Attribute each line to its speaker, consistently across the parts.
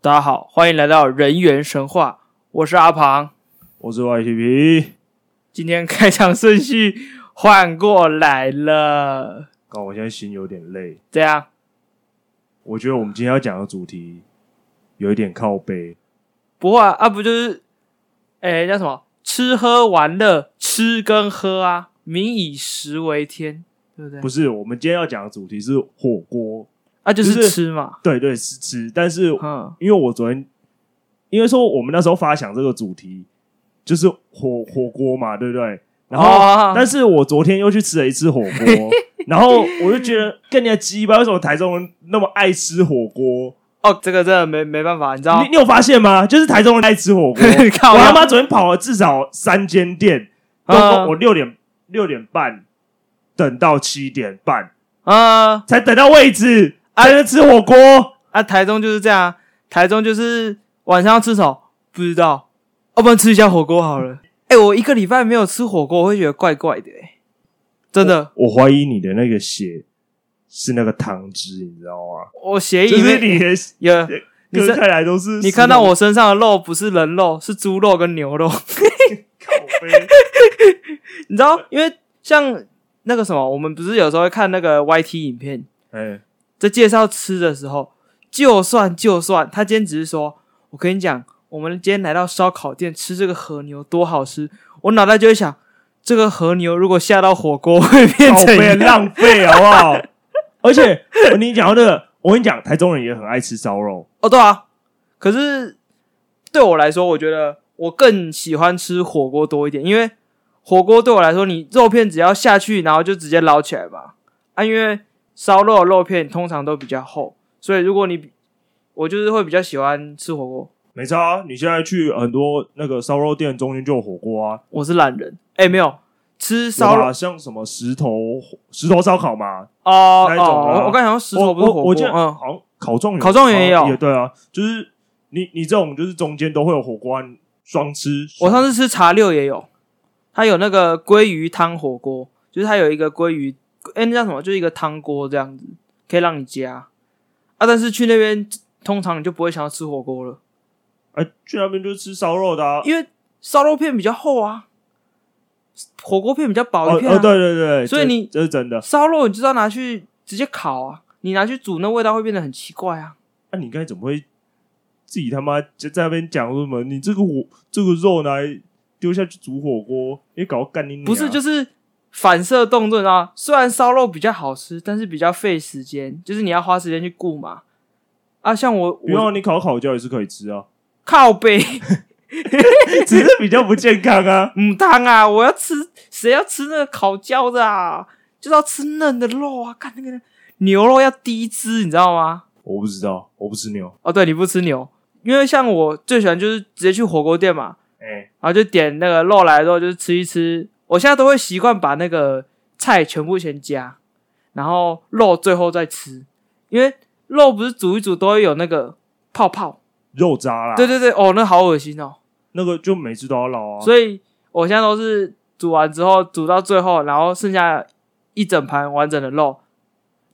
Speaker 1: 大家好，欢迎来到人猿神话，我是阿庞。
Speaker 2: 我是 YTP，
Speaker 1: 今天开场顺序换过来了，
Speaker 2: 刚我现在心有点累，
Speaker 1: 这样
Speaker 2: 我觉得我们今天要讲的主题有一点靠背，
Speaker 1: 不会啊？啊不就是，哎，叫什么？吃喝玩乐，吃跟喝啊，民以食为天，对不对？
Speaker 2: 不是我们今天要讲的主题是火锅，
Speaker 1: 啊，就
Speaker 2: 就是是
Speaker 1: 吃嘛。
Speaker 2: 对对是吃，但是
Speaker 1: 嗯，
Speaker 2: 因为我昨天，因为说我们那时候发想这个主题就是火火锅嘛，对不对？然后，
Speaker 1: 哦
Speaker 2: 但是我昨天又去吃了一次火锅，然后我就觉得更加鸡巴，为什么台中人那么爱吃火锅？
Speaker 1: 哦，这个真的没没办法，你知道
Speaker 2: 你？你有发现吗？就是台中人爱吃火锅，
Speaker 1: 靠
Speaker 2: 我
Speaker 1: 腰
Speaker 2: 他妈昨天跑了至少三间店，都
Speaker 1: 啊
Speaker 2: 我六点六点半等到七点半
Speaker 1: 啊
Speaker 2: 才等到位置，还在吃火锅。
Speaker 1: 啊，台中就是这样啊，台中就是晚上要吃什么不知道，要不然吃一下火锅好了。哎，我一个礼拜没有吃火锅，我会觉得怪怪的、哎，真的，
Speaker 2: 我怀疑你的那个血是那个汤汁，你知道吗？
Speaker 1: 我血液
Speaker 2: 就
Speaker 1: 里
Speaker 2: 是
Speaker 1: 面
Speaker 2: 你的
Speaker 1: 有哎你
Speaker 2: 割
Speaker 1: 是
Speaker 2: 开来都是，
Speaker 1: 你看到我身上的肉不是人肉，是猪肉跟牛 肉。
Speaker 2: 靠背
Speaker 1: 你知道，因为像那个什么，我们不是有时候会看那个 YT 影片，
Speaker 2: 哎，
Speaker 1: 在介绍吃的时候，就算就算他今天只是说，我跟你讲，我们今天来到烧烤店吃这个和牛多好吃，我脑袋就会想，这个和牛如果下到火锅会 变
Speaker 2: 靠
Speaker 1: 成
Speaker 2: 背
Speaker 1: 一样
Speaker 2: 哦啊浪费好 不好？而且我跟你讲到这个，我跟你讲，台中人也很爱吃烧肉。
Speaker 1: 哦，对啊。可是对我来说，我觉得我更喜欢吃火锅多一点，因为火锅对我来说，你肉片只要下去，然后就直接捞起来吧。啊，因为烧肉的肉片通常都比较厚，所以如果你比我就是会比较喜欢吃火锅。
Speaker 2: 没错啊，你现在去很多那个烧肉店中间就有火锅啊，
Speaker 1: 我是懒人，哎、没有吃
Speaker 2: 烧
Speaker 1: 烧肉
Speaker 2: 肉像什么石头石头烧烤嘛，
Speaker 1: 哦
Speaker 2: 那一种
Speaker 1: 哦，
Speaker 2: 啊
Speaker 1: 我我刚想说石头不是火
Speaker 2: 我我
Speaker 1: 锅，
Speaker 2: 我记得
Speaker 1: 嗯，
Speaker 2: 好像烤状元
Speaker 1: 烤状元也有
Speaker 2: 也对啊，就是你你这种就是中间都会有火锅啊你双吃，
Speaker 1: 我上
Speaker 2: 次
Speaker 1: 次吃茶六也有，它有那个鲑鱼汤火锅，就是它有一个鲑鱼，哎、那叫什么？就是一个汤锅这样子，可以让你加啊。但是去那边通常你就不会想要吃火锅了，
Speaker 2: 哎、去那边就是吃烧肉的啊，
Speaker 1: 因为烧肉片比较厚啊，火锅片比较薄
Speaker 2: 哦
Speaker 1: 一片、啊
Speaker 2: 哦对对对，
Speaker 1: 所以
Speaker 2: 这
Speaker 1: 你
Speaker 2: 这是真的，
Speaker 1: 烧肉你就是要拿去直接烤啊，你拿去煮那味道会变得很奇怪啊。
Speaker 2: 那、你该怎么会自己他妈就在那边讲说什么？你这个火这个肉拿来丢下去煮火锅，你搞到干你娘啊
Speaker 1: 不是，就是是反射动作，你知道吗？虽然烧肉比较好吃，但是比较费时间，就是你要花时间去顾嘛。啊，像我
Speaker 2: 不
Speaker 1: 我
Speaker 2: 用你烤烤焦也是可以吃啊，
Speaker 1: 靠背
Speaker 2: 只是比较不健康啊。
Speaker 1: 母汤啊，我要吃，谁要吃那个烤焦的啊？就是要吃嫩的肉啊！看那个牛肉要低脂，你知道吗？
Speaker 2: 我不知道，我不吃牛。
Speaker 1: 哦，对，你不吃牛，因为像我最喜欢就是直接去火锅店嘛，
Speaker 2: 哎、
Speaker 1: 然后就点那个肉来之后就是吃一吃。我现在都会习惯把那个菜全部先加，然后肉最后再吃，因为肉不是煮一煮都会有那个泡泡。
Speaker 2: 肉渣啦，
Speaker 1: 对对对，哦，那好恶心哦。
Speaker 2: 那个就每次都要捞啊。以
Speaker 1: 所以我现在都是煮完之后煮到最后，然后剩下一整盘完整的肉，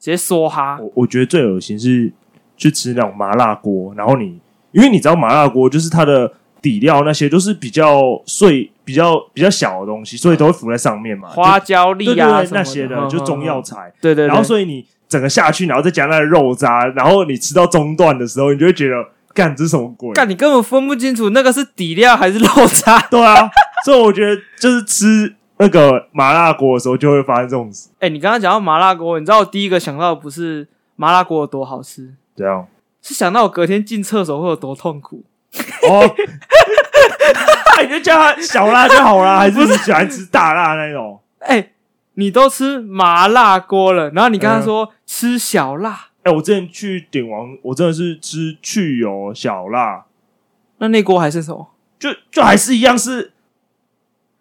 Speaker 1: 直接梭哈。
Speaker 2: 我我觉得最恶心是去吃那种麻辣锅，然后你因为你知道麻辣锅就是它的底料那些都是比较碎、比较比较小的东西，所以都会浮在上面嘛，
Speaker 1: 嗯花
Speaker 2: 就
Speaker 1: 椒粒
Speaker 2: 对对
Speaker 1: 啊
Speaker 2: 对
Speaker 1: 什么
Speaker 2: 那些
Speaker 1: 的，
Speaker 2: 的，就中
Speaker 1: 嗯，
Speaker 2: 药
Speaker 1: 嗯嗯
Speaker 2: 材。
Speaker 1: 对对对，
Speaker 2: 然后所以你整个下去，然后再加那个肉渣，然后你吃到中段的时候，你就会觉得干这是什么鬼？
Speaker 1: 干你根本分不清楚那个是底料还是肉渣。
Speaker 2: 对啊， 所以我觉得就是吃那个麻辣锅的时候就会发生这种事，
Speaker 1: 哎、你刚刚讲到麻辣锅，你知道我第一个想到的不是麻辣锅有多好吃，
Speaker 2: 这样
Speaker 1: 是想到我隔天进厕所会有多痛苦。
Speaker 2: 哦，那你就叫他小辣就好啦，还是你喜欢吃大辣那种？
Speaker 1: 哎、你都吃麻辣锅了，然后你跟
Speaker 2: 嗯
Speaker 1: 他说、吃小辣，
Speaker 2: 哎、我之前去鼎王，我真的是吃去油小辣，
Speaker 1: 那那锅还剩什么？
Speaker 2: 就就还是一样是，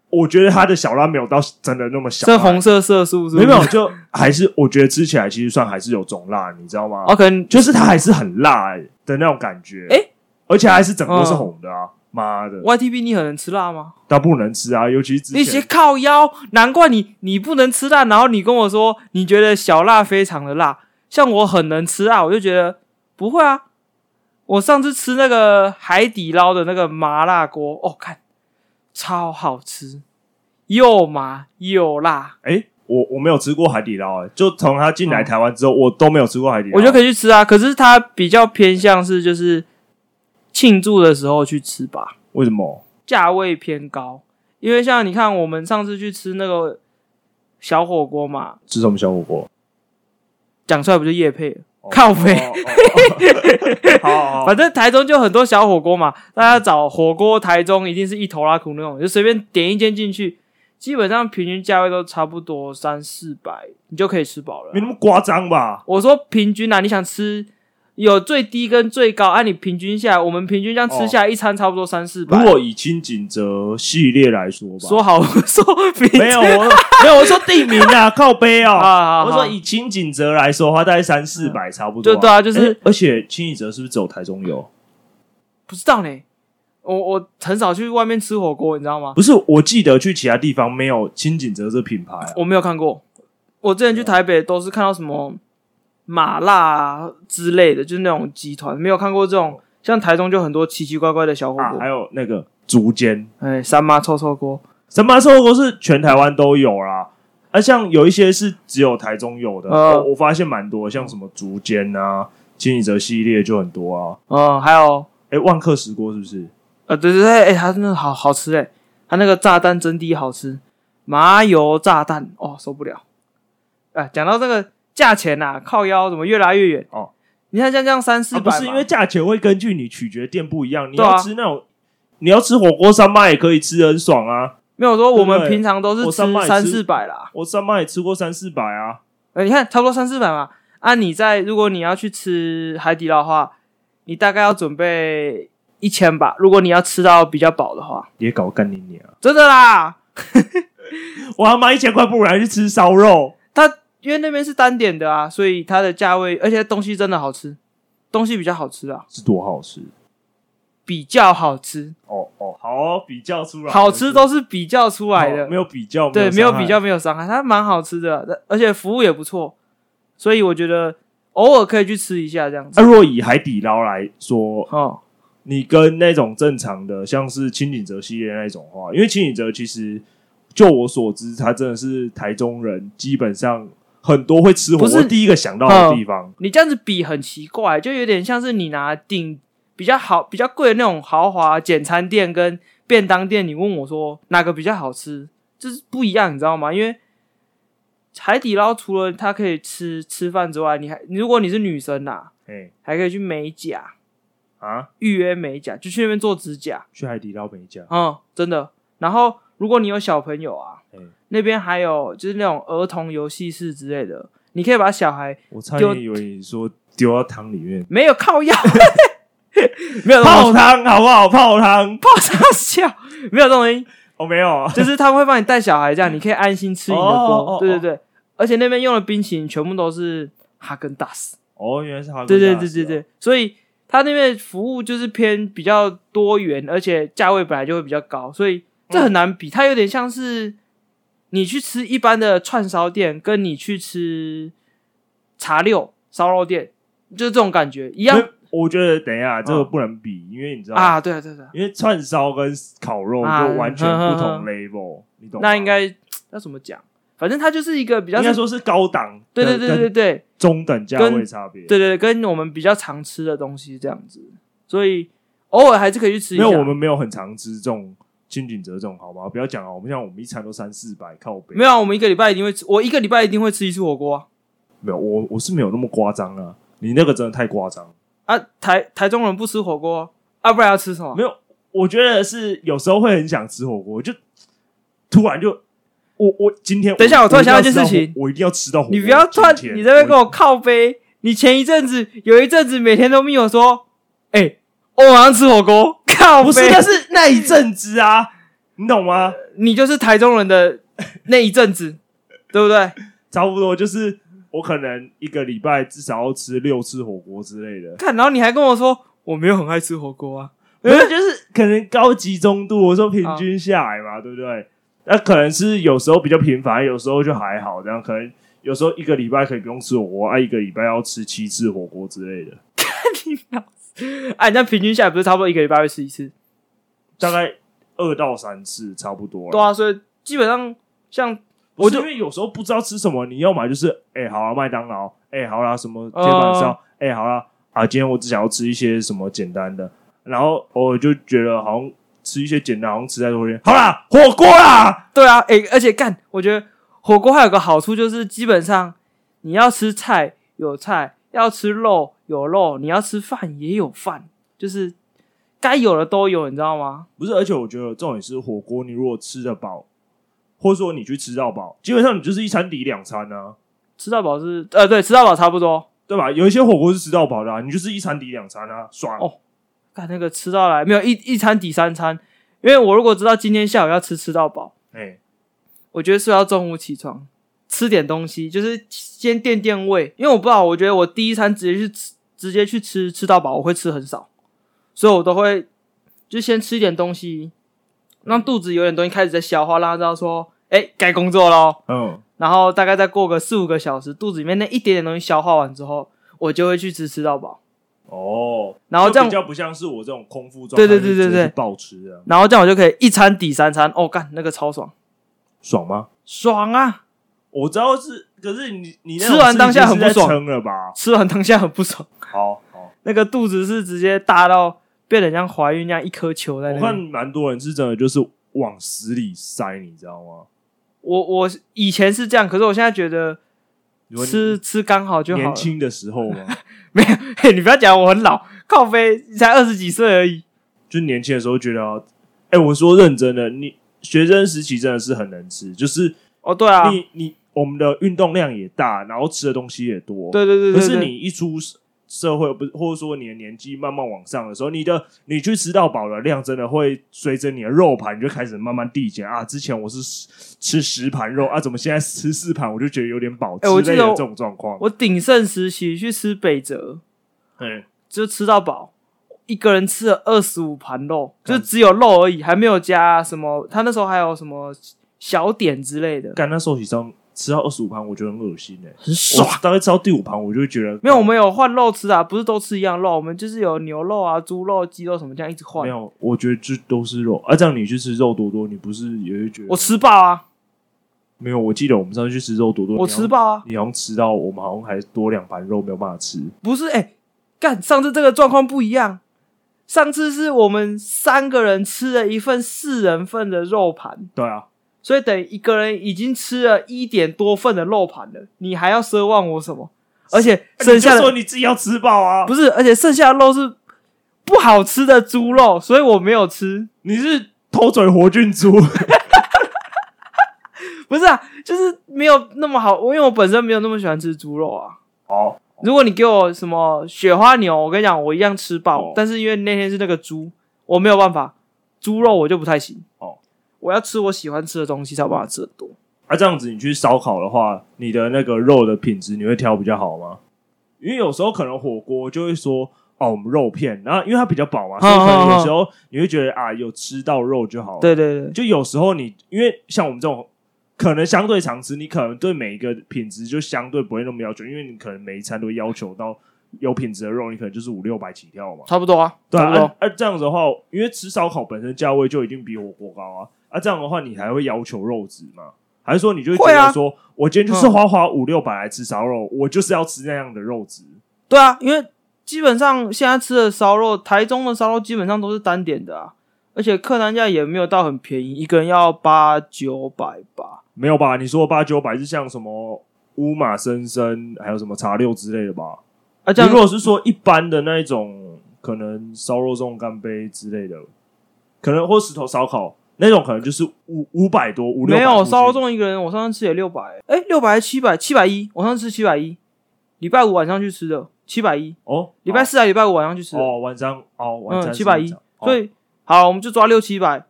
Speaker 2: 我觉得它的小辣没有到真的那么小辣，
Speaker 1: 这红色色素是不
Speaker 2: 没
Speaker 1: 是
Speaker 2: 有没有，就还是我觉得吃起来其实算还是有种辣，你知道吗？
Speaker 1: 哦，可能
Speaker 2: 就是它还是很辣、哎的那种感觉，
Speaker 1: 哎
Speaker 2: 而且还是整锅是红的啊。妈的，
Speaker 1: YTB 你很能吃辣吗？
Speaker 2: 但不能吃啊！尤其是之前
Speaker 1: 一些靠腰，难怪你你不能吃辣，然后你跟我说你觉得小辣非常的辣，像我很能吃辣，我就觉得不会啊，我上次吃那个海底捞的那个麻辣锅，哦，看超好吃，又麻又辣，
Speaker 2: 哎、我我没有吃过海底捞、哎，就从他进来台湾之后，我都没有吃过海底
Speaker 1: 嗯
Speaker 2: 捞。
Speaker 1: 我觉得可以去吃啊。可是它比较偏向是就是庆祝的时候去吃吧。
Speaker 2: 为什么？
Speaker 1: 价位偏高，因为像你看，我们上次去吃那个小火锅嘛，
Speaker 2: 吃什么小火锅？
Speaker 1: 讲出来不就叶配了？
Speaker 2: 哦
Speaker 1: 靠北
Speaker 2: 哦哦哦好好好
Speaker 1: 反，正台中就很多小火锅嘛，大家找火锅台中一定是一头拉苦那种，就随便点一间进去，基本上平均价位都差不多三四百，你就可以吃饱了
Speaker 2: 没。那么夸张吧？
Speaker 1: 我说平均啊，你想吃有最低跟最高，按、你平均下来，我们平均这样吃下来一餐差不多三四百
Speaker 2: 哦如。果以清景泽系列来说吧，
Speaker 1: 说好 说平均
Speaker 2: 没有我没有我说地名啊，靠背哦、
Speaker 1: 啊，
Speaker 2: 我说以清景泽来说的话，大概三四百差不多、
Speaker 1: 就对啊就是
Speaker 2: 诶而且清景泽是不是只有台中有？
Speaker 1: 不知道呢，我我很少去外面吃火锅，你知道吗？
Speaker 2: 不是，我记得去其他地方没有清景泽这品牌、啊。
Speaker 1: 我没有看过，我之前去台北都是看到什么麻辣啊之类的，就是那种集团，没有看过这种。像台中就很多奇奇怪怪的小火
Speaker 2: 啊，
Speaker 1: 锅，
Speaker 2: 还有那个竹间
Speaker 1: 哎、三妈臭臭锅，
Speaker 2: 神马臭火锅是全台湾都有啦。啊，像有一些是只有台中有的，
Speaker 1: 呃
Speaker 2: 我我发现蛮多，像什么竹间啊、清景泽系列就很多啊。
Speaker 1: 嗯，还有
Speaker 2: 哎、万客石锅是不是？
Speaker 1: 呃，对对对，哎、它真的好好吃哎、它那个炸弹真的好吃，麻油炸弹哦，受不了。哎、讲到这个价钱呐、啊，靠腰怎么越来越远
Speaker 2: 哦？
Speaker 1: 你看像这样三四
Speaker 2: 啊、
Speaker 1: 百
Speaker 2: 不
Speaker 1: 嘛、
Speaker 2: 是因为价钱会根据你取决店不一样，你
Speaker 1: 对啊
Speaker 2: 要吃那种，你要吃火锅三妈也可以吃得很爽啊。
Speaker 1: 没有说我们
Speaker 2: 对
Speaker 1: 平常都是
Speaker 2: 我
Speaker 1: 吃
Speaker 2: 上麦吃
Speaker 1: 三四百啦，
Speaker 2: 我三妈也吃过三四百啊，
Speaker 1: 呃，你看差不多三四百嘛。啊，你在如果你要去吃海底捞的话，你大概要准备一千吧。如果你要吃到比较饱的话，
Speaker 2: 也搞干你娘！
Speaker 1: 真的啦，
Speaker 2: 我他妈一千块不如来去吃烧肉。
Speaker 1: 它因为那边是单点的啊，所以它的价位，而且东西真的好吃，东西比较好吃啊，
Speaker 2: 是多好吃
Speaker 1: 比较好吃，
Speaker 2: 哦哦，好哦，比较出来
Speaker 1: 好吃都是比较出来的，
Speaker 2: 哦没有比较，
Speaker 1: 对，没有
Speaker 2: 伤害
Speaker 1: 比较，没有伤害，它蛮好吃的，但而且服务也不错，所以我觉得偶尔可以去吃一下这样子。
Speaker 2: 那、如啊果以海底捞来说，
Speaker 1: 哦，
Speaker 2: 你跟那种正常的，像是清景泽系列那种话，因为清景泽其实就我所知，他真的是台中人，基本上很多会吃火
Speaker 1: 不
Speaker 2: 锅
Speaker 1: 是
Speaker 2: 第一个想到的地方。
Speaker 1: 你这样子比很奇怪，就有点像是你拿顶比较好、比较贵的那种豪华简餐店跟便当店，你问我说哪个比较好吃，就是不一样，你知道吗？因为海底捞除了它可以吃吃饭之外，你还如果你是女生呐、啊
Speaker 2: 哎、
Speaker 1: 还可以去美甲
Speaker 2: 啊，
Speaker 1: 预约美甲，就去那边做指甲，
Speaker 2: 去海底捞美甲，
Speaker 1: 嗯，真的。然后如果你有小朋友啊，
Speaker 2: 哎、
Speaker 1: 那边还有就是那种儿童游戏室之类的，你可以把小孩
Speaker 2: 我差
Speaker 1: 丢
Speaker 2: 点以为你说丢到汤里面，
Speaker 1: 没有靠药，没有那么
Speaker 2: 泡汤好不好？泡汤，
Speaker 1: 爆炸笑，没有这种东西，
Speaker 2: 我、没有啊，
Speaker 1: 就是他们会帮你带小孩，这样你可以安心吃你的
Speaker 2: 哦哦
Speaker 1: 锅
Speaker 2: 哦。
Speaker 1: 对对对，而且那边用的冰淇淋全部都是哈根达斯。
Speaker 2: 哦，原来是哈根
Speaker 1: 对对
Speaker 2: 达
Speaker 1: 对对
Speaker 2: 斯哦
Speaker 1: 对，所以他那边服务就是偏比较多元，而且价位本来就会比较高，所以这很难比。它有点像是你去吃一般的串烧店，跟你去吃茶六烧肉店，就是这种感觉一样
Speaker 2: 没我觉得等一下这个
Speaker 1: 嗯
Speaker 2: 不能比，因为你知道，
Speaker 1: 啊。对啊对啊对啊，
Speaker 2: 因为串烧跟烤肉
Speaker 1: 啊
Speaker 2: 就完全不
Speaker 1: 呵呵
Speaker 2: 同
Speaker 1: 呵
Speaker 2: level，、你懂吗？
Speaker 1: 那应该要怎么讲？反正它就是一个比较
Speaker 2: 应该
Speaker 1: 是
Speaker 2: 说是高档，
Speaker 1: 对对对对对，对，
Speaker 2: 中等价位差别。
Speaker 1: 对对，对跟我们比较常吃的东西这样子，所以偶尔还是可以去吃一
Speaker 2: 没
Speaker 1: 下。
Speaker 2: 有我们没有很常吃这种清景泽这种，好吗？不要讲啊，我们像我们一餐都三四百，靠北
Speaker 1: 没有啊，我们一个礼拜一定会吃，我一个礼拜一定会吃一次火锅啊。
Speaker 2: 没有，我我是没有那么夸张啊。你那个真的太夸张，
Speaker 1: 啊台台中人不吃火锅啊，不然要吃什么
Speaker 2: 没？有，我觉得是有时候会很想吃火锅，就突然就。我我今天
Speaker 1: 等一下我突然
Speaker 2: 一定
Speaker 1: 想到
Speaker 2: 要
Speaker 1: 一件
Speaker 2: 吃到
Speaker 1: 事情
Speaker 2: 火我一定要吃到火锅。
Speaker 1: 你不要突然
Speaker 2: 今天
Speaker 1: 你在那边跟我靠背。你前一阵子有一阵子每天都密我说，哎、我晚上吃火锅，靠
Speaker 2: 不是，
Speaker 1: 背
Speaker 2: 但是那一阵子啊， 你懂吗？
Speaker 1: 你就是台中人的那一阵子， 对不对？
Speaker 2: 差不多就是我可能一个礼拜至少要吃六次火锅之类的，
Speaker 1: 看，然后你还跟我说我没有很爱吃火锅啊，
Speaker 2: 没有就是可能高集中度，我说平均下来
Speaker 1: 啊
Speaker 2: 嘛，对不对？那可能是有时候比较频繁，有时候就还好，这样可能有时候一个礼拜可以不用吃火锅，啊，一个礼拜要吃七次火锅之类的。
Speaker 1: 你老师啊，人家平均下来不是差不多一个礼拜会吃一次？
Speaker 2: 大概二到三次差不多了。
Speaker 1: 对啊，所以基本上像
Speaker 2: 我
Speaker 1: 我
Speaker 2: 就
Speaker 1: 就
Speaker 2: 因为有时候不知道吃什么，你要么就是哎、好啦，麦当劳，哎、好啦，什么铁板烧，
Speaker 1: 呃
Speaker 2: 哎、好啦，啊，今天我只想要吃一些什么简单的，然后我就觉得好像吃一些简单，好像吃太多点，好啦，火锅啦，
Speaker 1: 对啊，诶、而且干，我觉得火锅还有个好处就是，基本上你要吃菜有菜，要吃肉有肉，你要吃饭也有饭，就是该有的都有，你知道吗？
Speaker 2: 不是，而且我觉得重点是火锅，你如果吃得饱，或者说你去吃到饱，基本上你就是一餐抵两餐啊，
Speaker 1: 吃到饱是呃，对，吃到饱差不多。
Speaker 2: 对吧？有一些火锅是吃到饱的、啊，你就是一餐抵两餐啊，爽。
Speaker 1: 哦干那个吃到来没有一一餐抵三餐，因为我如果知道今天下午要吃吃到饱，
Speaker 2: 哎、
Speaker 1: 我觉得睡到中午起床吃点东西，就是先垫垫胃，因为我不知道，我觉得我第一餐直接去吃，直接去吃吃到饱，我会吃很少，所以我都会就先吃一点东西，让肚子有点东西开始在消化，让它知道说，哎，该工作喽。
Speaker 2: 嗯，
Speaker 1: 然后大概再过个四五个小时，肚子里面那一点点东西消化完之后，我就会去吃吃到饱，
Speaker 2: 哦，
Speaker 1: 然后这样
Speaker 2: 就比较不像是我这种空腹状态，
Speaker 1: 对对对对对
Speaker 2: 暴吃啊的，
Speaker 1: 然后这样我就可以一餐抵三餐，哦，干那个超爽，
Speaker 2: 爽吗？
Speaker 1: 爽啊！
Speaker 2: 我知道是，可是你你那
Speaker 1: 吃完当下很不爽
Speaker 2: 种是已经是在撑了吧？
Speaker 1: 吃完当下很不爽，
Speaker 2: 好好，
Speaker 1: 那个肚子是直接大到变得像怀孕那样一颗球在
Speaker 2: 我
Speaker 1: 那
Speaker 2: 看
Speaker 1: 边。
Speaker 2: 蛮多人是真的就是往死里塞，你知道吗？
Speaker 1: 我我以前是这样，可是我现在觉得
Speaker 2: 你说你
Speaker 1: 吃吃刚好就好
Speaker 2: 年
Speaker 1: 了。
Speaker 2: 轻的时候嘛，
Speaker 1: 没有， 嘿，你不要讲我很老，靠背才二十几岁而已。
Speaker 2: 就年轻的时候觉得啊，哎、我说认真的，你学生时期真的是很能吃，就是
Speaker 1: 哦，对啊，
Speaker 2: 你你我们的运动量也大，然后吃的东西也多，
Speaker 1: 对对对对对，
Speaker 2: 可是你一出社社会，不是或者说你的年纪慢慢往上的时候，你的你去吃到饱的量真的会随着你的肉盘就开始慢慢递减啊。之前我是吃吃十盘肉啊，怎么现在吃四盘，我就觉得有点饱之
Speaker 1: 哎我记
Speaker 2: 类的
Speaker 1: 得我
Speaker 2: 这种状况。
Speaker 1: 我鼎盛时期去吃北辙，
Speaker 2: 嗯，
Speaker 1: 就吃到饱。一个人吃了二十五盘肉，
Speaker 2: 嗯
Speaker 1: 就只有肉而已，还没有加什么。他那时候还有什么小点之类的，
Speaker 2: 干那寿喜烧吃到二十五盘，我觉得很恶心哎、欸。
Speaker 1: 很爽。
Speaker 2: 我大概吃到第五盘，我就会觉得
Speaker 1: 没有，我们有换肉吃啊，不是都吃一样肉，我们就是有牛肉啊、猪肉、鸡肉什么这样一直换
Speaker 2: 没。有，我觉得这都是肉啊。这样你去吃肉多多，你不是也会觉得
Speaker 1: 我吃爆啊，
Speaker 2: 没有？我记得我们上次去吃肉多多，
Speaker 1: 我
Speaker 2: 你好像
Speaker 1: 吃爆啊，
Speaker 2: 你好像吃到我们好像还多两盘肉没有办法吃。
Speaker 1: 不是哎、干上次这个状况不一样，上次是我们三个人吃了一份四人份的肉盘，
Speaker 2: 对啊，
Speaker 1: 所以等于一个人已经吃了一点多份的肉盘了，你还要奢望我什么？而且剩下
Speaker 2: 哎你就
Speaker 1: 的
Speaker 2: 说你自己要吃饱啊！
Speaker 1: 不是，而且剩下的肉是不好吃的猪肉，所以我没有吃。
Speaker 2: 你是偷嘴活菌猪，
Speaker 1: 不是啊，就是没有那么好，我因为我本身没有那么喜欢吃猪肉啊。
Speaker 2: 哦，
Speaker 1: 如果你给我什么雪花牛，我跟你讲，我一样吃爆。
Speaker 2: 哦
Speaker 1: 但是因为那天是那个猪，我没有办法，猪肉我就不太行。
Speaker 2: 哦，
Speaker 1: 我要吃我喜欢吃的东西，才有办法吃的多。
Speaker 2: 啊，这样子你去烧烤的话，你的那个肉的品质你会挑比较好吗？因为有时候可能火锅就会说哦，我们肉片，然后因为它比较饱嘛，所以可能有时候你会觉得啊，有吃到肉就好了。，
Speaker 1: 对对对，
Speaker 2: 就有时候你因为像我们这种。可能相对常吃，你可能对每一个品质就相对不会那么要求，因为你可能每一餐都要求到有品质的肉，你可能就是五六百起跳嘛。
Speaker 1: 差不多啊，
Speaker 2: 对
Speaker 1: 差
Speaker 2: 啊
Speaker 1: 不多。，
Speaker 2: 啊啊这样子的话，因为吃烧烤本身价位就已经比火锅高啊，啊，这样的话你还会要求肉质吗？还是说你就觉
Speaker 1: 会啊
Speaker 2: 得说，我今天就是花花五六百来吃烧肉，我就是要吃那样的肉质？
Speaker 1: 对啊，因为基本上现在吃的烧肉，台中的烧肉基本上都是单点的啊，而且客单价也没有到很便宜，一个人要八九百吧。
Speaker 2: 没有吧？你说八九百是像什么乌马生生，还有什么茶六之类的吧？
Speaker 1: 啊，这
Speaker 2: 你
Speaker 1: 样
Speaker 2: 如果是说一般的那一种，可能烧肉这种干杯之类的，可能或石头烧烤那种，可能就是五五百多五六百
Speaker 1: 没有
Speaker 2: 附近
Speaker 1: 烧肉粽一个人，我上次吃也六百，哎，六百还七百，七百一，我上次吃七百一，礼拜五晚上去吃的，七百一，
Speaker 2: 哦，
Speaker 1: 礼拜四还啊礼拜五晚上去吃的，
Speaker 2: 哦晚上哦晚上哦
Speaker 1: 嗯，七百一，所
Speaker 2: 以
Speaker 1: 以好，我们就抓六七百。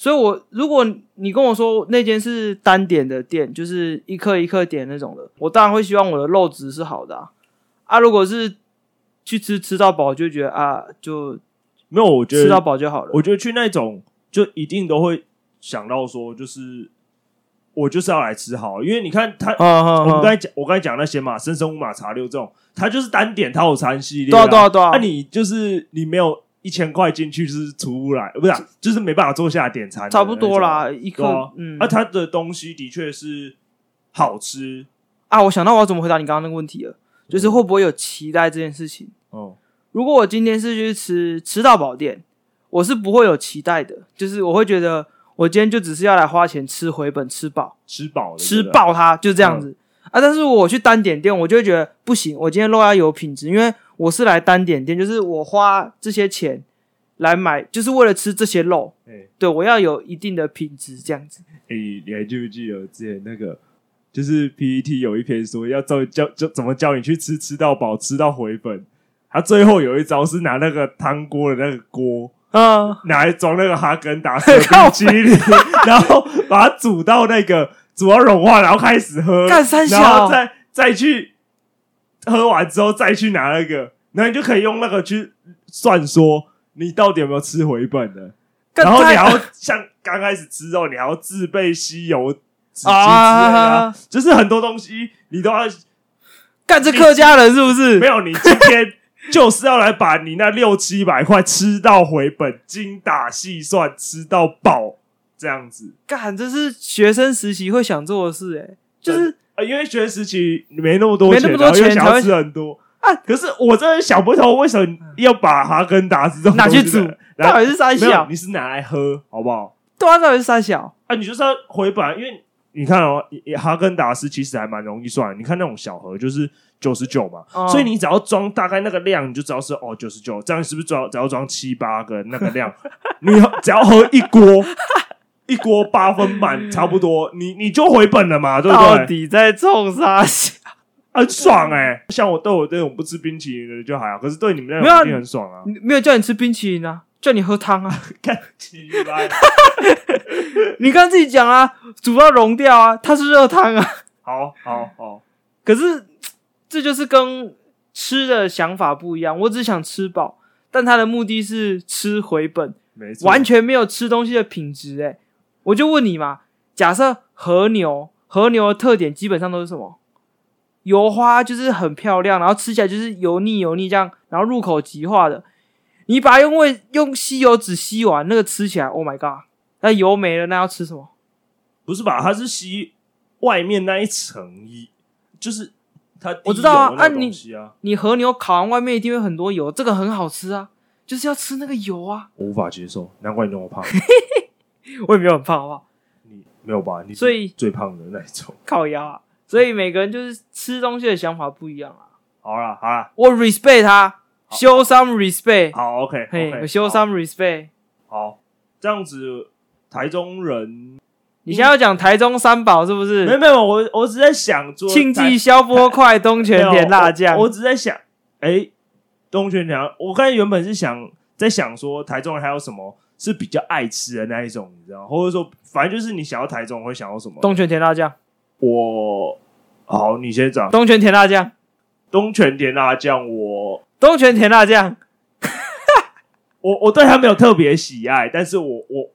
Speaker 1: 所以我如果你跟我说那间是单点的店，就是一克一克点那种的，我当然会希望我的肉质是好的啊。啊，如果是去吃吃到饱，就觉得啊，就
Speaker 2: 没有，我觉得
Speaker 1: 吃到饱就好了。
Speaker 2: 我觉得去那种就一定都会想到说，就是我就是要来吃好，因为你看他，
Speaker 1: 啊啊
Speaker 2: 我们刚
Speaker 1: 啊！
Speaker 2: 才讲，我刚才讲那些嘛，生生五马茶六这种，它就是单点套餐系列、
Speaker 1: 对啊对啊对啊
Speaker 2: 那、你就是你没有一千块进去就是出不来，不是啊、就是没办法坐下点餐的那种，
Speaker 1: 差不多啦，一
Speaker 2: 对啊
Speaker 1: 个。嗯
Speaker 2: 啊，它的东西的确是好吃，
Speaker 1: 啊，我想到我要怎么回答你刚刚那个问题了，
Speaker 2: 嗯
Speaker 1: 就是会不会有期待这件事情？
Speaker 2: 哦，
Speaker 1: 如果我今天是去吃吃到饱店，我是不会有期待的，就是我会觉得我今天就只是要来花钱吃回本吃饱。
Speaker 2: 吃饱了，
Speaker 1: 吃
Speaker 2: 对不对，
Speaker 1: 爆它，就这
Speaker 2: 嗯
Speaker 1: 样子、啊。但是我去单点店，我就会觉得不行，我今天肉要有品质，因为我是来单点店，就是我花这些钱来买，就是为了吃这些肉，
Speaker 2: 哎、
Speaker 1: 对我要有一定的品质，这样子。
Speaker 2: 哎、你还记不记得之前那个，就是 PPT 有一篇说要教教教怎么教你去吃吃到饱，吃到回本。他最后有一招是拿那个汤锅的那个锅，
Speaker 1: 嗯，
Speaker 2: 拿来装那个哈根达 斯的冰淇淋， 然后把它煮到那个煮到融化，然后开始喝，
Speaker 1: 干三小
Speaker 2: 然后再再去喝完之后再去拿那个，然后你就可以用那个去算说你到底有没有吃回本的。
Speaker 1: 干
Speaker 2: 然后你
Speaker 1: 太
Speaker 2: 还要像刚开始吃肉，你还要自备吸油纸巾之类的
Speaker 1: 啊
Speaker 2: 啊，就是很多东西你都要
Speaker 1: 干这客家人是不是？
Speaker 2: 没有。你今天就是要来把你那六七百块吃到回本，精打细算吃到饱这样子。
Speaker 1: 干，这是学生实习会想做的事、欸，就是
Speaker 2: 啊，因为学生时期你没那么多
Speaker 1: 没
Speaker 2: 钱，
Speaker 1: 那么多
Speaker 2: 然后又
Speaker 1: 钱
Speaker 2: 想
Speaker 1: 才
Speaker 2: 要
Speaker 1: 会
Speaker 2: 吃很多
Speaker 1: 啊
Speaker 2: 啊。可是我真的想不通，为什么要把哈根达斯这种
Speaker 1: 拿去
Speaker 2: 东西
Speaker 1: 煮
Speaker 2: 拿来，然
Speaker 1: 到
Speaker 2: 后
Speaker 1: 底是三
Speaker 2: 没有
Speaker 1: 小，
Speaker 2: 你是拿来喝好不好？
Speaker 1: 对啊，到底是三小，
Speaker 2: 啊，你就是要回本啊，因为你看哦，哈根达斯其实还蛮容易算的，你看那种小盒就是九十九嘛，
Speaker 1: 嗯
Speaker 2: 所以你只要装大概那个量，你就知道是哦九十九，这样是不是只要只要装七八个那个量， 你只要喝一锅。一锅八分满，差不多，你你就回本了嘛，对不
Speaker 1: 到
Speaker 2: 对？
Speaker 1: 底在冲啥小？
Speaker 2: 很爽哎、像我对我这种不吃冰淇淋的就还好，可是对你们那
Speaker 1: 没有啊
Speaker 2: 种一定很 爽啊！
Speaker 1: 没有叫你吃冰淇淋啊，叫你喝汤啊。
Speaker 2: 看起来，
Speaker 1: 你刚刚自己讲啊，煮到融掉啊，它是热汤啊。
Speaker 2: 好好好，
Speaker 1: 可是这就是跟吃的想法不一样，我只想吃饱，但他的目的是吃回本，
Speaker 2: 没错，
Speaker 1: 完全没有吃东西的品质。哎，我就问你嘛，假设和牛，和牛的特点基本上都是什么？油花就是很漂亮，然后吃起来就是油腻油腻这样，然后入口即化的。你把它用味用吸油纸吸完，那个吃起来，Oh my god！那油没了，那要吃什么？
Speaker 2: 不是吧？它是吸外面那一层一，就是它滴
Speaker 1: 我知道啊
Speaker 2: 油那
Speaker 1: 啊
Speaker 2: 个
Speaker 1: 你
Speaker 2: 东西啊，
Speaker 1: 你和牛烤完外面一定会很多油，这个很好吃啊，就是要吃那个油啊。
Speaker 2: 我无法接受，难怪你那 么胖，
Speaker 1: 我也没有很胖，好不好？
Speaker 2: 你没有吧？你是
Speaker 1: 所以
Speaker 2: 最胖的那一种。
Speaker 1: 靠腰啊。所以每个人就是吃东西的想法不一样啊。
Speaker 2: 好啦，好啦，
Speaker 1: 我 respect 他
Speaker 2: 好
Speaker 1: ，show some respect，
Speaker 2: 好，OK，
Speaker 1: 嘿
Speaker 2: OK，
Speaker 1: 我，show
Speaker 2: 好
Speaker 1: some respect。
Speaker 2: 好，这样子，台中人
Speaker 1: 你现在要讲台中三宝是不
Speaker 2: 没有
Speaker 1: 是？
Speaker 2: 没有，我我只在想说
Speaker 1: 庆
Speaker 2: 台
Speaker 1: 记消波块、东泉甜辣酱
Speaker 2: 没有我。我只在想，哎、东泉甜，我刚才原本是想在想说台中人还有什么是比较爱吃的那一种，你知道，或者说反正就是你想要台中会想要什么？
Speaker 1: 东泉甜辣酱，
Speaker 2: 我好，你先讲
Speaker 1: 东泉甜辣酱，
Speaker 2: 东泉甜辣酱，我
Speaker 1: 东泉甜辣酱。
Speaker 2: 我我对它没有特别喜爱，但是我我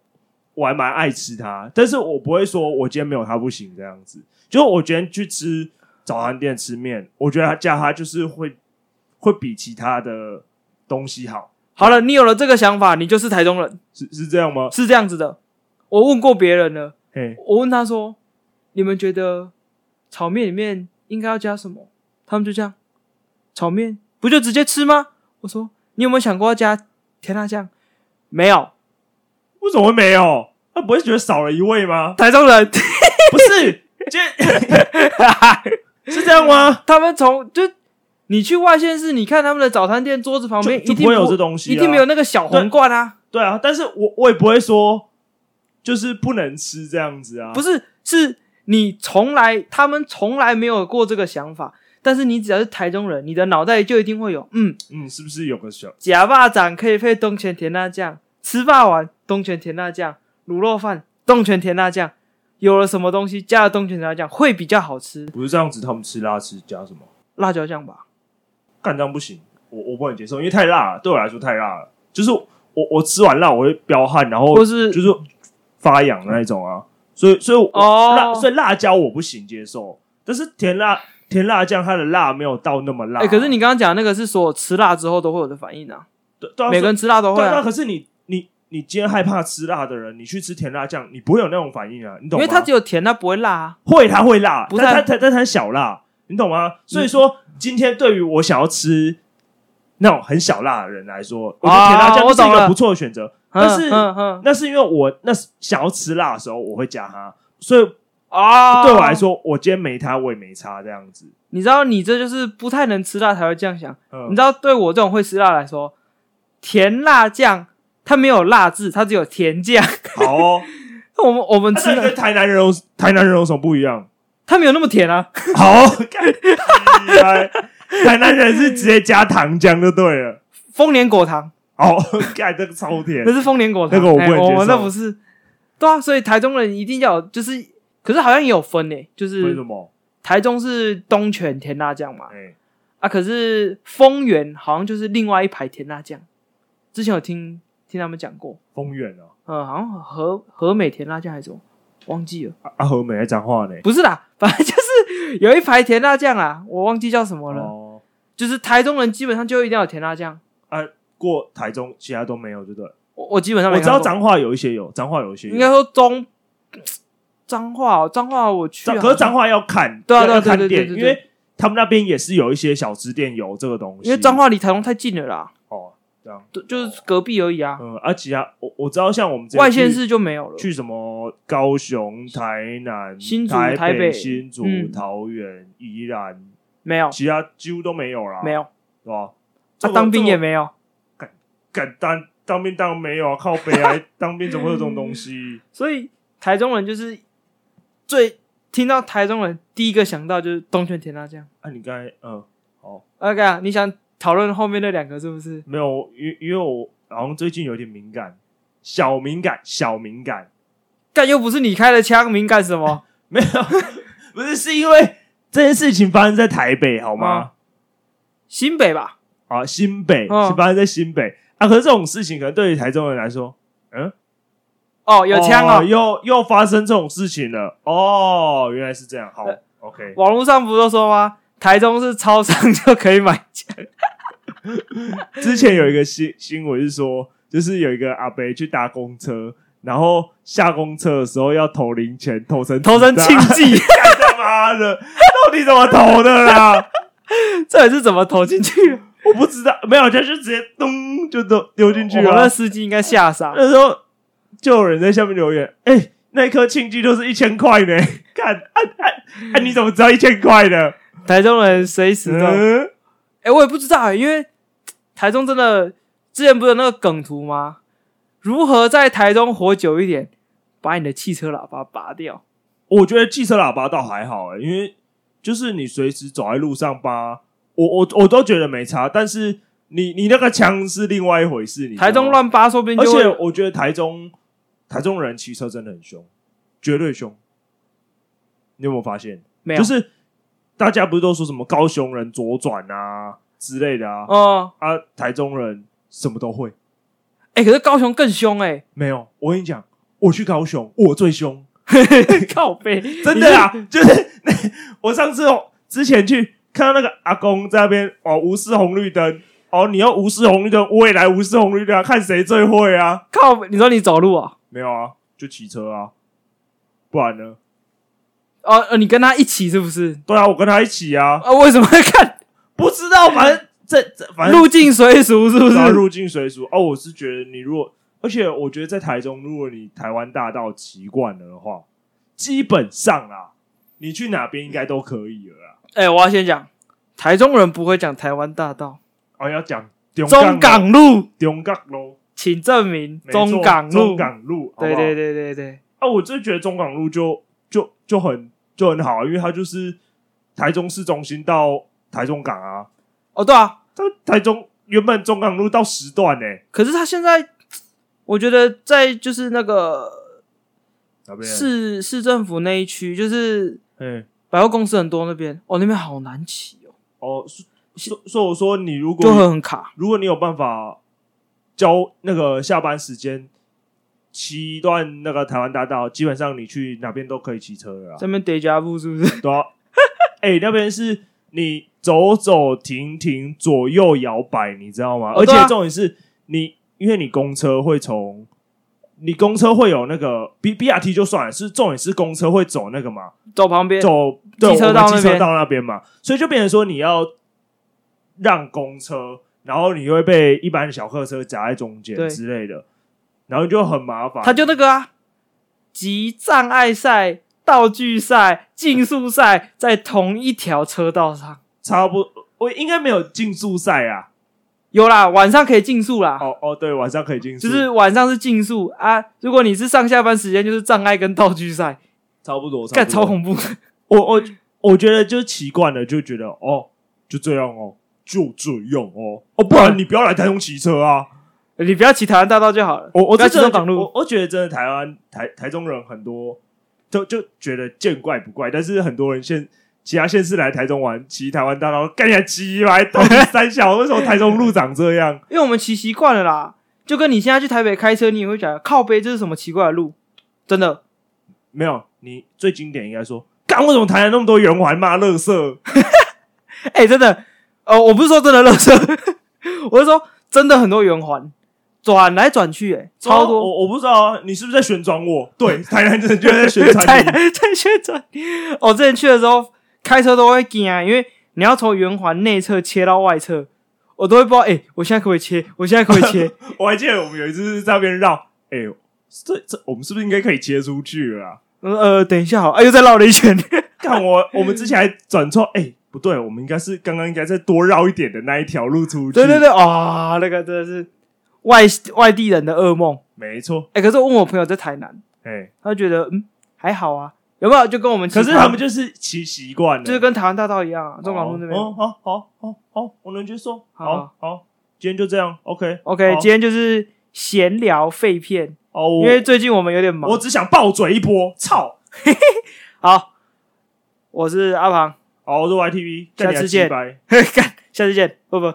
Speaker 2: 我还蛮爱吃它，但是我不会说我今天没有它不行这样子。就是我今天去吃早餐店吃面，我觉得它加它就是会会比其他的东西好。
Speaker 1: 好了，你有了这个想法，你就是台中人，
Speaker 2: 是是这样吗？
Speaker 1: 是这样子的。我问过别人了。
Speaker 2: 嘿，
Speaker 1: 我问他说：“你们觉得炒面里面应该要加什么？”他们就这样，炒面不就直接吃吗？我说：“你有没有想过要加甜辣酱？”没有，？
Speaker 2: 为什么会没有？他不会觉得少了一味吗
Speaker 1: 台中人
Speaker 2: 不是，今天 是这样吗？
Speaker 1: 他们从就你去外县市，你看他们的早餐店桌子旁边
Speaker 2: 就就
Speaker 1: 一定
Speaker 2: 不会有这东西啊
Speaker 1: 一定没有那个小红罐啊，
Speaker 2: 对啊，但是我我也不会说，就是不能吃这样子啊。
Speaker 1: 不是，是你从来他们从来没有过这个想法。但是你只要是台中人，你的脑袋里就一定会有，嗯，
Speaker 2: 嗯，是不是有个小
Speaker 1: 假霸掌可以配东泉甜辣酱，吃霸王东泉甜辣酱，卤肉饭东泉甜辣酱，有了什么东西加了东泉甜辣酱会比较好吃？
Speaker 2: 不是这样子？他们吃辣吃加什么？
Speaker 1: 辣椒酱吧，
Speaker 2: 干这样不行，我我不能接受，因为太辣了，对我来说太辣了。就是我我吃完辣我会飙汗，然后
Speaker 1: 或是
Speaker 2: 就是发痒的那一种啊。所以所以我
Speaker 1: 哦
Speaker 2: 辣所以辣椒我不行接受，但是甜辣甜辣酱它的辣没有到那么辣。
Speaker 1: 哎、可是你刚刚讲那个是所有吃辣之后都会有的反应啊，
Speaker 2: 对对啊
Speaker 1: 每个人吃辣都
Speaker 2: 对
Speaker 1: 会
Speaker 2: 对啊，
Speaker 1: 啊，
Speaker 2: 可是你你你今天害怕吃辣的人，你去吃甜辣酱，你不会有那种反应啊，你懂
Speaker 1: 因
Speaker 2: 吗？
Speaker 1: 为它只有甜，它不会辣啊。
Speaker 2: 会，它会辣，
Speaker 1: 不
Speaker 2: 但它
Speaker 1: 太
Speaker 2: 它但它小辣，你懂吗？所以说，今天对于我想要吃那种很小辣的人来说，我觉得
Speaker 1: 啊
Speaker 2: 甜辣酱
Speaker 1: 我
Speaker 2: 是一
Speaker 1: 懂
Speaker 2: 个
Speaker 1: 了
Speaker 2: 不错的选择。
Speaker 1: 嗯
Speaker 2: 但是
Speaker 1: 嗯嗯
Speaker 2: 那是因为我那是想要吃辣的时候，我会加它，所以
Speaker 1: 啊，
Speaker 2: 对我来，说，我今天没它，我也没差这样子。
Speaker 1: 你知道你这就是不太能吃辣才会这样想。
Speaker 2: 嗯，
Speaker 1: 你知道，对我这种会吃辣来说，甜辣酱它没有辣字，它只有甜酱。
Speaker 2: 好哦，
Speaker 1: 我们我们
Speaker 2: 那
Speaker 1: 吃
Speaker 2: 你跟
Speaker 1: 的
Speaker 2: 台南人有台南人有什么不一样？
Speaker 1: 它没有那么甜啊，
Speaker 2: 好哦，干你来台南人是直接加糖浆就对了。
Speaker 1: 丰年果糖
Speaker 2: 哦，干这个超甜
Speaker 1: 那，是丰年果糖，
Speaker 2: 那个我不
Speaker 1: 哎
Speaker 2: 能
Speaker 1: 我
Speaker 2: 接
Speaker 1: 们那
Speaker 2: 受
Speaker 1: 不是。对啊，所以台中人一定要有就是，可是好像也有分诶、就
Speaker 2: 为
Speaker 1: 是
Speaker 2: 什么？
Speaker 1: 台中是东泉甜辣酱嘛，
Speaker 2: 哎，
Speaker 1: 啊，可是丰原好像就是另外一排甜辣酱，之前有听听他们讲过，
Speaker 2: 丰原哦。
Speaker 1: 呃，好像和和美甜辣酱还是什么，忘记了，
Speaker 2: 啊，和美在讲话呢。
Speaker 1: 不是啦， 反正就是有一排甜辣酱啦，我忘记叫什么了，
Speaker 2: 哦，
Speaker 1: 就是台中人基本上就一定要有甜辣酱，
Speaker 2: 过台中其他都没有，对不对了？
Speaker 1: 我我基本上没
Speaker 2: 我知道
Speaker 1: 看过
Speaker 2: 彰化有一些有，彰化有一些有
Speaker 1: 应该说中彰化哦，彰化我去
Speaker 2: 彰，
Speaker 1: 好像，
Speaker 2: 可是彰化要看，
Speaker 1: 对啊
Speaker 2: 要
Speaker 1: 对啊
Speaker 2: 要看
Speaker 1: 对对对
Speaker 2: 店，
Speaker 1: 对
Speaker 2: 因
Speaker 1: 对
Speaker 2: 为他们那边也是有一些小吃店有这个东西。
Speaker 1: 因为彰化离台中太近了啦，
Speaker 2: 哦，这样，
Speaker 1: 就就是隔壁而已啊，
Speaker 2: 嗯，而其他我我知道，像我们之前
Speaker 1: 外县
Speaker 2: 去
Speaker 1: 市就没有了。
Speaker 2: 去什么高雄、台南、
Speaker 1: 新竹
Speaker 2: 台
Speaker 1: 台北
Speaker 2: 新竹、
Speaker 1: 嗯
Speaker 2: 桃园、宜兰，
Speaker 1: 没有，
Speaker 2: 其他几乎都没有啦，
Speaker 1: 没，有，
Speaker 2: 对吧？
Speaker 1: 他、当兵也
Speaker 2: 没
Speaker 1: 没有，
Speaker 2: 敢当当兵当然没有啊，靠北 啊，当兵怎么会有这种东西？
Speaker 1: 所以台中人就是最听到台中人第一个想到就是东泉甜辣酱。
Speaker 2: 啊，你刚才嗯，好。
Speaker 1: OK 啊，你想讨论后面那两个是不是？
Speaker 2: 没有，因因为我好像最近有点敏感，小敏感，小敏感，
Speaker 1: 干又不是你开的枪，敏感什么？
Speaker 2: 没有， 不是是因为这件事情发生在台北好吗？
Speaker 1: 新北吧，
Speaker 2: 啊，新北、
Speaker 1: 嗯
Speaker 2: 是发生在新北啊，可是这种事情可能对于台中人来说，嗯，
Speaker 1: 哦，有枪哦。
Speaker 2: 又又发生这种事情了，哦，原来是这样，好
Speaker 1: 对
Speaker 2: ，OK，
Speaker 1: 网络上不都说吗？台中是超商就可以买枪，
Speaker 2: 之前有一个新新闻是说，就是有一个阿伯去搭公车。然后下公车的时候要投零钱，投成
Speaker 1: 投身
Speaker 2: 子
Speaker 1: 庆
Speaker 2: 弹
Speaker 1: 忌，
Speaker 2: 干他妈的，到底怎么投的 啦？
Speaker 1: 这也是怎么投进去的？
Speaker 2: 我不知道，没有，就是直接咚就都丢进去
Speaker 1: 我们那
Speaker 2: 了。
Speaker 1: 司机应该吓傻。
Speaker 2: 那时候就有人在下面留言：“哎、那一颗庆忌就是一千块呢， 看，啊啊啊！你怎么知道一千块呢？
Speaker 1: 台中人随时都，哎、
Speaker 2: 嗯，
Speaker 1: 我也不知道、啊因为台中真的之前不是有那个梗图吗？如何在台中活久一点？把你的汽车喇叭拔掉，
Speaker 2: 我觉得汽车喇叭倒还好、欸，因为就是你随时走在路上吧，我我我都觉得没差。但是你你那个枪是另外一回事，你知道吗
Speaker 1: 台中，乱扒，说不定
Speaker 2: 而
Speaker 1: 就
Speaker 2: 且
Speaker 1: 会
Speaker 2: 我觉得台中台中人骑车真的很凶，绝对凶。你有没有发现？
Speaker 1: 没有，
Speaker 2: 就是大家不是都说什么高雄人左转啊之类的啊，
Speaker 1: 嗯，
Speaker 2: 啊，台中人什么都会。
Speaker 1: 哎、可是高雄更凶哎、
Speaker 2: 没有，我跟你讲，我去高雄，我最凶，
Speaker 1: 靠背，
Speaker 2: 真的啊，就是 那我上次哦，之前去看到那个阿公在那边哦，无视红绿灯。哦，你要无视红绿灯，我也来无视红绿灯、啊，看谁最会啊？
Speaker 1: 靠背，你说你走路啊？
Speaker 2: 没有啊，就骑车啊，不然呢？
Speaker 1: 哦、呃你跟他一起是不是？
Speaker 2: 对啊，我跟他一起啊，
Speaker 1: 啊，为什么会看
Speaker 2: 不知道，反 正这这反正
Speaker 1: 入境随俗是不是
Speaker 2: 然后？入境随俗。哦，我是觉得你如果，而且我觉得在台中，如果你台湾大道习惯了的话，基本上啦，你去哪边应该都可以了啦。
Speaker 1: 哎、我要先讲，台中人不会讲台湾大道、
Speaker 2: 哦，要讲
Speaker 1: 中
Speaker 2: 港
Speaker 1: 港路，
Speaker 2: 中港路，
Speaker 1: 请证明
Speaker 2: 没错
Speaker 1: 中港路。
Speaker 2: 中港路，好不好
Speaker 1: 对对对对对，
Speaker 2: 啊，我就觉得中港路就就就很就很好啊，因为它就是台中市中心到台中港啊，
Speaker 1: 哦对啊，
Speaker 2: 它台中原本中港路到十段呢、
Speaker 1: 可是他现在，我觉得在就是那个
Speaker 2: 哪边？
Speaker 1: 市市政府那一区，就是
Speaker 2: 嗯，
Speaker 1: 百货公司很多那边，哦那边好难骑哦，
Speaker 2: 哦，所所所以我说你如果
Speaker 1: 就会很卡。
Speaker 2: 如果你有办法交那个下班时间七段那个台湾大道，基本上你去哪边都可以骑车了啦。啊
Speaker 1: 这边叠加步是不是？
Speaker 2: 对啊，哎、那边是你走走停停，左右摇摆，你知道吗？
Speaker 1: 哦
Speaker 2: 而且
Speaker 1: 对啊
Speaker 2: 重点是你，因为你公车会从，你公车会有那个 B B R T 就算了，是重点是公车会走那个嘛，
Speaker 1: 走旁边，
Speaker 2: 走对
Speaker 1: 机车
Speaker 2: 我们
Speaker 1: 道
Speaker 2: 机
Speaker 1: 那
Speaker 2: 车
Speaker 1: 边
Speaker 2: 道那边嘛，所以就变成说你要让公车，然后你会被一般的小客车夹在中间
Speaker 1: 对
Speaker 2: 之类的，然后就很麻烦。
Speaker 1: 他就那个啊，集障碍赛、道具赛、竞速赛在同一条车道上。
Speaker 2: 差不多，我应该没有竞速赛啊。
Speaker 1: 有啦，晚上可以竞速啦，
Speaker 2: 哦哦，对，晚上可以竞速，
Speaker 1: 就是晚上是竞速啊。如果你是上下班时间，就是障碍跟道具赛，
Speaker 2: 差不多，
Speaker 1: 干
Speaker 2: 差不
Speaker 1: 超
Speaker 2: 多。
Speaker 1: 恐怖。
Speaker 2: 我我我觉得就习惯了，就觉得哦，就这样哦，就这样哦，哦，不然你不要来台中骑车啊。
Speaker 1: 你不要骑台湾大道就好了。
Speaker 2: 我我
Speaker 1: 不要
Speaker 2: 这
Speaker 1: 骑
Speaker 2: 真
Speaker 1: 中
Speaker 2: 的
Speaker 1: 港
Speaker 2: 我
Speaker 1: 路，
Speaker 2: 我觉得真的台湾台台中人很多，都就觉得见怪不怪，但是很多人现其他县市来台中玩，骑台湾大道，干你骑来到底三小，为什么台中路长这样？
Speaker 1: 因为我们骑习惯了啦。就跟你现在去台北开车，你也会想靠背这是什么奇怪的路，真的。
Speaker 2: 没有，你最经典应该说，干为什么台南那么多圆环嘛，乐色。
Speaker 1: 哎、真的，呃，我不是说真的乐色， 我是说真的很多圆环转来转去、哎，超多。
Speaker 2: 我我不知道啊，你是不是在旋转我？对， 台南真的就在旋转你。
Speaker 1: 在在旋转。我哦之前去的时候，开车都会惊啊，因为你要从圆环内侧切到外侧，我都会不知道，哎、我现在可不可以切？我现在可不可以切？
Speaker 2: 我还记得我们有一次是在那边绕，哎、呦，这这我们是不是应该可以切出去了、啊？
Speaker 1: 我说呃，等一下好，哎、又再绕了一圈。
Speaker 2: 看我，我们之前还转错，哎、不对，我们应该是刚刚应该再多绕一点的那一条路出去。
Speaker 1: 对对，对，啊、那个真的是外外地人的噩梦。
Speaker 2: 没错，
Speaker 1: 哎、可是我问我朋友在台南，
Speaker 2: 哎、
Speaker 1: 他觉得嗯还好啊，有没有？就跟我们其
Speaker 2: 可是他们
Speaker 1: 就
Speaker 2: 就是骑习惯了，
Speaker 1: 就是跟台湾大道一样啊，中港路那边。
Speaker 2: 哦，好好好好，我能接受，好
Speaker 1: 好
Speaker 2: 好，今天就这样，OK
Speaker 1: OK，
Speaker 2: 好
Speaker 1: 今天就是闲聊废片，
Speaker 2: 哦，
Speaker 1: 因
Speaker 2: 我
Speaker 1: 为最近我们有点忙
Speaker 2: 我。只想爆嘴一波，操！
Speaker 1: 好，我是阿庞。
Speaker 2: 好，我是 YTV，
Speaker 1: 下次见
Speaker 2: 拜。
Speaker 1: 干，下次见，不不。